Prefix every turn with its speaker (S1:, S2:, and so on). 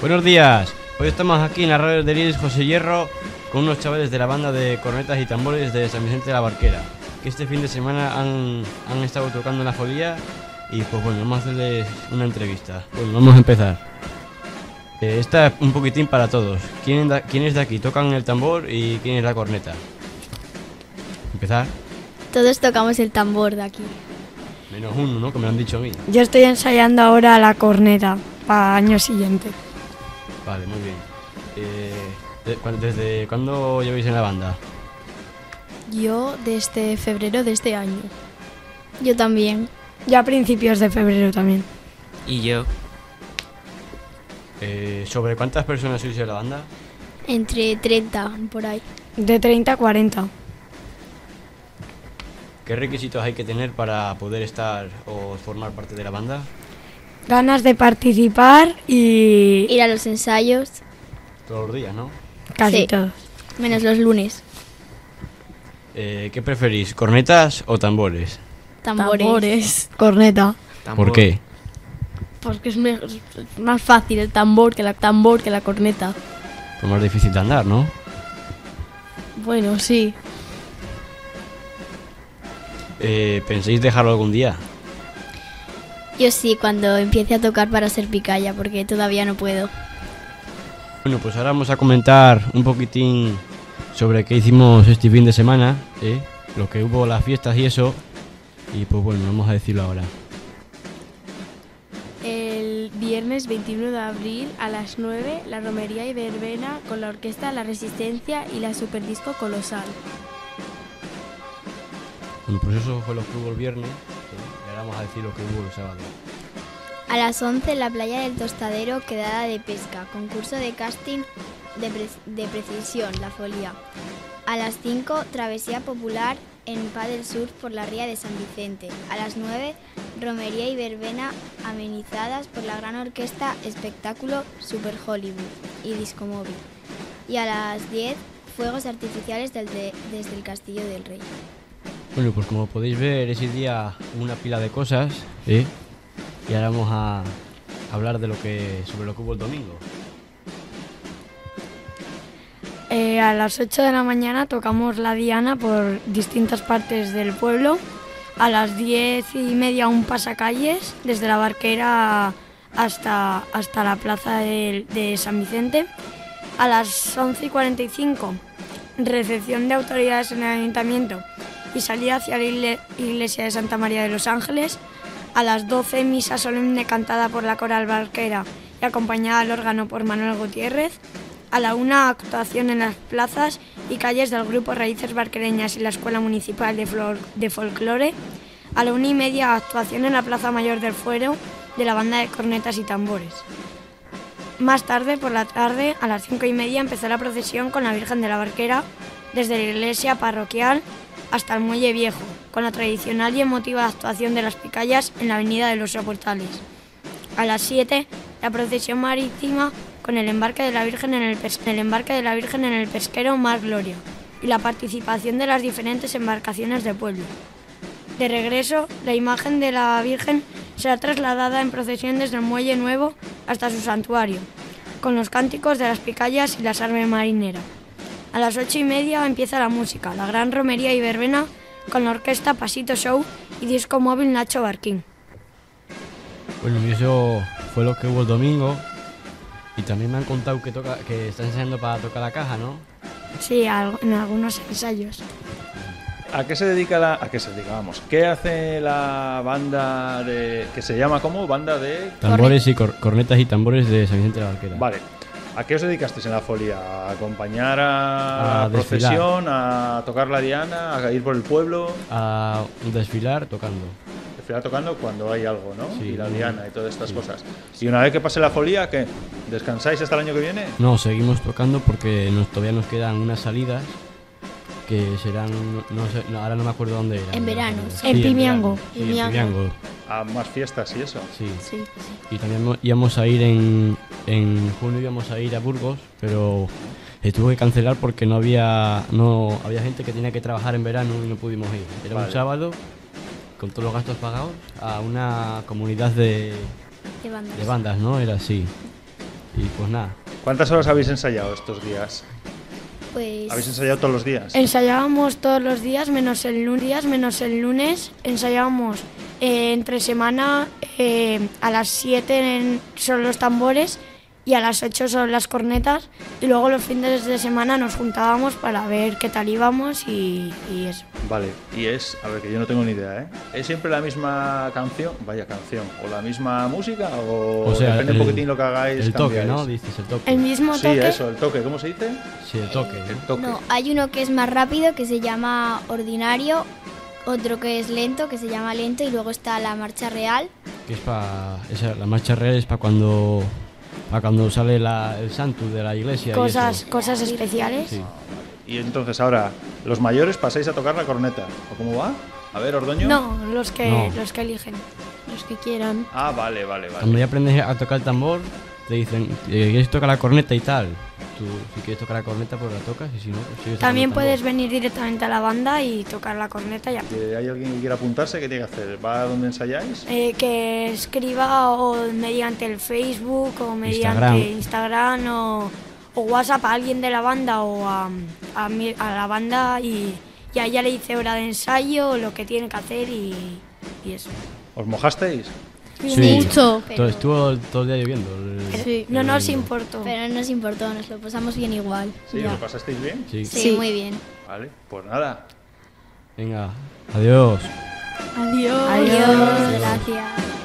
S1: Buenos días. Hoy estamos aquí en la radio de Liris José Hierro con unos chavales de la banda de cornetas y tambores de San Vicente de la Barquera, que este fin de semana han, han estado tocando en la folía y pues bueno, vamos a hacerles una entrevista. Bueno, vamos a empezar. Eh, esta es un poquitín para todos. ¿Quién da- ¿Quiénes de aquí tocan el tambor y quién es la corneta? Empezar.
S2: Todos tocamos el tambor de aquí.
S1: Menos uno, ¿no? Que me lo han dicho a mí.
S3: Yo estoy ensayando ahora la corneta para año siguiente.
S1: Vale, muy bien. Eh, de- cuan- ¿Desde cuándo lleváis en la banda?
S4: Yo desde febrero de este año.
S2: Yo también.
S3: Ya a principios de febrero también.
S5: Y yo,
S1: Eh, ¿Sobre cuántas personas sois en la banda?
S2: Entre 30 por ahí.
S3: De 30 a 40.
S1: ¿Qué requisitos hay que tener para poder estar o formar parte de la banda?
S3: Ganas de participar y
S2: Ir a los ensayos,
S1: Todos los días, ¿no?
S3: casi
S2: Sí.
S3: todos.
S2: menos los lunes.
S1: Eh, ¿Qué preferís, cornetas o tambores?
S2: Tambores.
S4: Corneta.
S5: tambor.
S1: ¿Por qué?
S4: Porque es, me- es más fácil el tambor que la tambor que la corneta.
S1: Pues más difícil de andar, ¿no?
S4: Bueno, sí.
S1: Eh, ¿Pensáis dejarlo algún día?
S2: Yo sí, cuando empiece a tocar para ser picaya, porque todavía no puedo.
S1: Bueno, pues ahora vamos a comentar un poquitín sobre qué hicimos este fin de semana, ¿eh? lo que hubo, las fiestas y eso. Y pues bueno, vamos a decirlo ahora.
S6: El viernes 21 de abril a las 9, la Romería y Verbena con la Orquesta La Resistencia y la Superdisco Colosal.
S1: Bueno, pues eso fue lo que hubo el viernes. ¿eh? Y ahora vamos a decir lo que hubo el sábado.
S2: A las 11 en la playa del Tostadero, quedada de pesca, concurso de casting de, pre- de precisión, la folía. A las 5, travesía popular en Pá del Sur por la ría de San Vicente. A las 9, romería y verbena amenizadas por la gran orquesta espectáculo Super Hollywood y Disco Móvil. Y a las 10, fuegos artificiales desde, desde el Castillo del Rey.
S1: Bueno, pues como podéis ver, ese día hubo una pila de cosas. ¿eh? Y ahora vamos a hablar de lo que sobre lo que hubo el domingo.
S3: Eh, a las 8 de la mañana tocamos la diana por distintas partes del pueblo. A las 10 y media un pasacalles desde la barquera hasta, hasta la plaza del- de, San Vicente. A las 11 y 45 recepción de autoridades en el ayuntamiento y salida hacia la igle- iglesia de Santa María de los Ángeles. A las 12 misa solemne cantada por la coral barquera y acompañada al órgano por Manuel Gutiérrez. A la una, actuación en las plazas y calles del grupo Raíces Barquereñas y la Escuela Municipal de, Flor- de Folclore. A la una y media, actuación en la Plaza Mayor del Fuero de la banda de cornetas y tambores. Más tarde, por la tarde, a las cinco y media, empezó la procesión con la Virgen de la Barquera desde la iglesia parroquial hasta el Muelle Viejo, con la tradicional y emotiva actuación de las picayas en la Avenida de los Soportales. A las 7, la procesión marítima con el embarque de la Virgen en el, pes- el embarque de la Virgen en el pesquero Mar Gloria y la participación de las diferentes embarcaciones de pueblo. De regreso, la imagen de la Virgen será trasladada en procesión desde el Muelle Nuevo hasta su santuario, con los cánticos de las picayas y la sarme marinera. A las ocho y media empieza la música, la gran romería y verbena con la orquesta Pasito Show y disco móvil Nacho Barquín.
S1: Bueno, y eso fue lo que hubo el domingo. Y también me han contado que toca, que están enseñando para tocar la caja, ¿no?
S3: Sí, al- en algunos ensayos.
S7: ¿A qué se dedica la.? ¿A qué se dedica? Vamos. ¿Qué hace la banda de. que se llama como? Banda de.
S1: Tambores y cor- cornetas y tambores de San Vicente de la Barquera.
S7: Vale. ¿A qué os dedicasteis en la folia? ¿A acompañar
S1: A
S7: a, la procesión? ¿A tocar la diana? ¿A ir por el pueblo?
S1: A desfilar tocando.
S7: Al final tocando cuando hay algo, ¿no?
S1: Sí.
S7: y la diana y todas estas cosas. Y una vez que pase la folia, ¿qué? ¿Descansáis hasta el año que viene?
S1: No, seguimos tocando porque nos, todavía nos quedan unas salidas que serán, no sé, no, ahora no me acuerdo dónde eran.
S2: En verano,
S1: Sí,
S3: en Pimiango.
S1: verano. Sí, en Pimiango,
S7: ¿A más fiestas y eso?
S1: sí.
S4: Sí.
S1: Y también mo- íbamos a ir en, en junio íbamos a ir a Burgos, pero se tuvo que cancelar porque no había no había gente que tenía que trabajar en verano y no pudimos ir. Era un
S7: Vale.
S1: sábado con todos los gastos pagados a una comunidad de,
S2: De bandas.
S1: de bandas, ¿no? Era así. Y pues nada.
S7: ¿Cuántas horas habéis ensayado estos días?
S2: Pues
S7: ¿Habéis ensayado todos los días?
S3: Ensayábamos todos los días, menos el lunes, menos el lunes. Ensayábamos eh, entre semana eh, a las 7 en- son los tambores y a las 8 son las cornetas. Y luego los fines de semana nos juntábamos para ver qué tal íbamos y, y eso.
S7: Vale, y es, a ver, que yo no tengo ni idea, ¿eh? ¿Es siempre la misma canción? Vaya canción. ¿O la misma música? ¿O, depende un poquitín lo que hagáis?
S1: El toque,
S7: cambiáis?
S1: ¿no? Dices el toque.
S3: El mismo
S7: Sí,
S3: toque.
S7: eso, el toque. ¿Cómo se dice?
S1: Sí, el toque. ¿no?
S7: El toque.
S2: no, hay uno que es más rápido que se llama ordinario, otro que es lento que se llama lento y luego está la marcha real.
S1: Que es para. La marcha real es para cuando. Para cuando sale la- el santo de la iglesia. y
S3: Cosas,
S1: eso.
S3: cosas especiales.
S1: Sí.
S7: Y entonces ahora, los mayores pasáis a tocar la corneta. ¿O cómo va? A ver, Ordoño.
S3: No, los que,
S1: No.
S3: los que eligen.
S7: Pues
S4: Los que quieran.
S7: Ah, vale, vale, vale.
S1: Cuando ya aprendes a tocar el tambor, te dicen, eh, ¿quieres tocar la corneta y tal? Tú, si quieres tocar la corneta, pues la tocas y si no, pues sigues tocando
S3: También
S1: el tambor.
S3: puedes venir directamente a la banda y tocar la corneta ya.
S7: Que hay alguien que quiera apuntarse, ¿qué tiene que hacer? ¿Va a donde ensayáis?
S3: Eh, que escriba o mediante el Facebook o mediante Instagram, o, o WhatsApp a alguien de la banda o a, a mi- a la banda y, y a ella le dice hora de ensayo, lo que tiene que hacer y, y eso.
S7: ¿Os mojasteis?
S1: Sí.
S4: Mucho.
S2: Pero,
S1: Todo, estuvo todo el día lloviendo. el-
S4: Sí.
S3: No
S1: el-
S3: nos importó.
S2: pero no nos importó, nos lo pasamos bien igual.
S7: ¿Sí?
S2: Ya.
S7: ¿Lo pasasteis bien?
S1: Sí.
S2: Sí,
S4: Sí.
S2: muy bien.
S7: Vale, pues nada.
S1: Venga, adiós.
S4: Adiós.
S2: Adiós, gracias.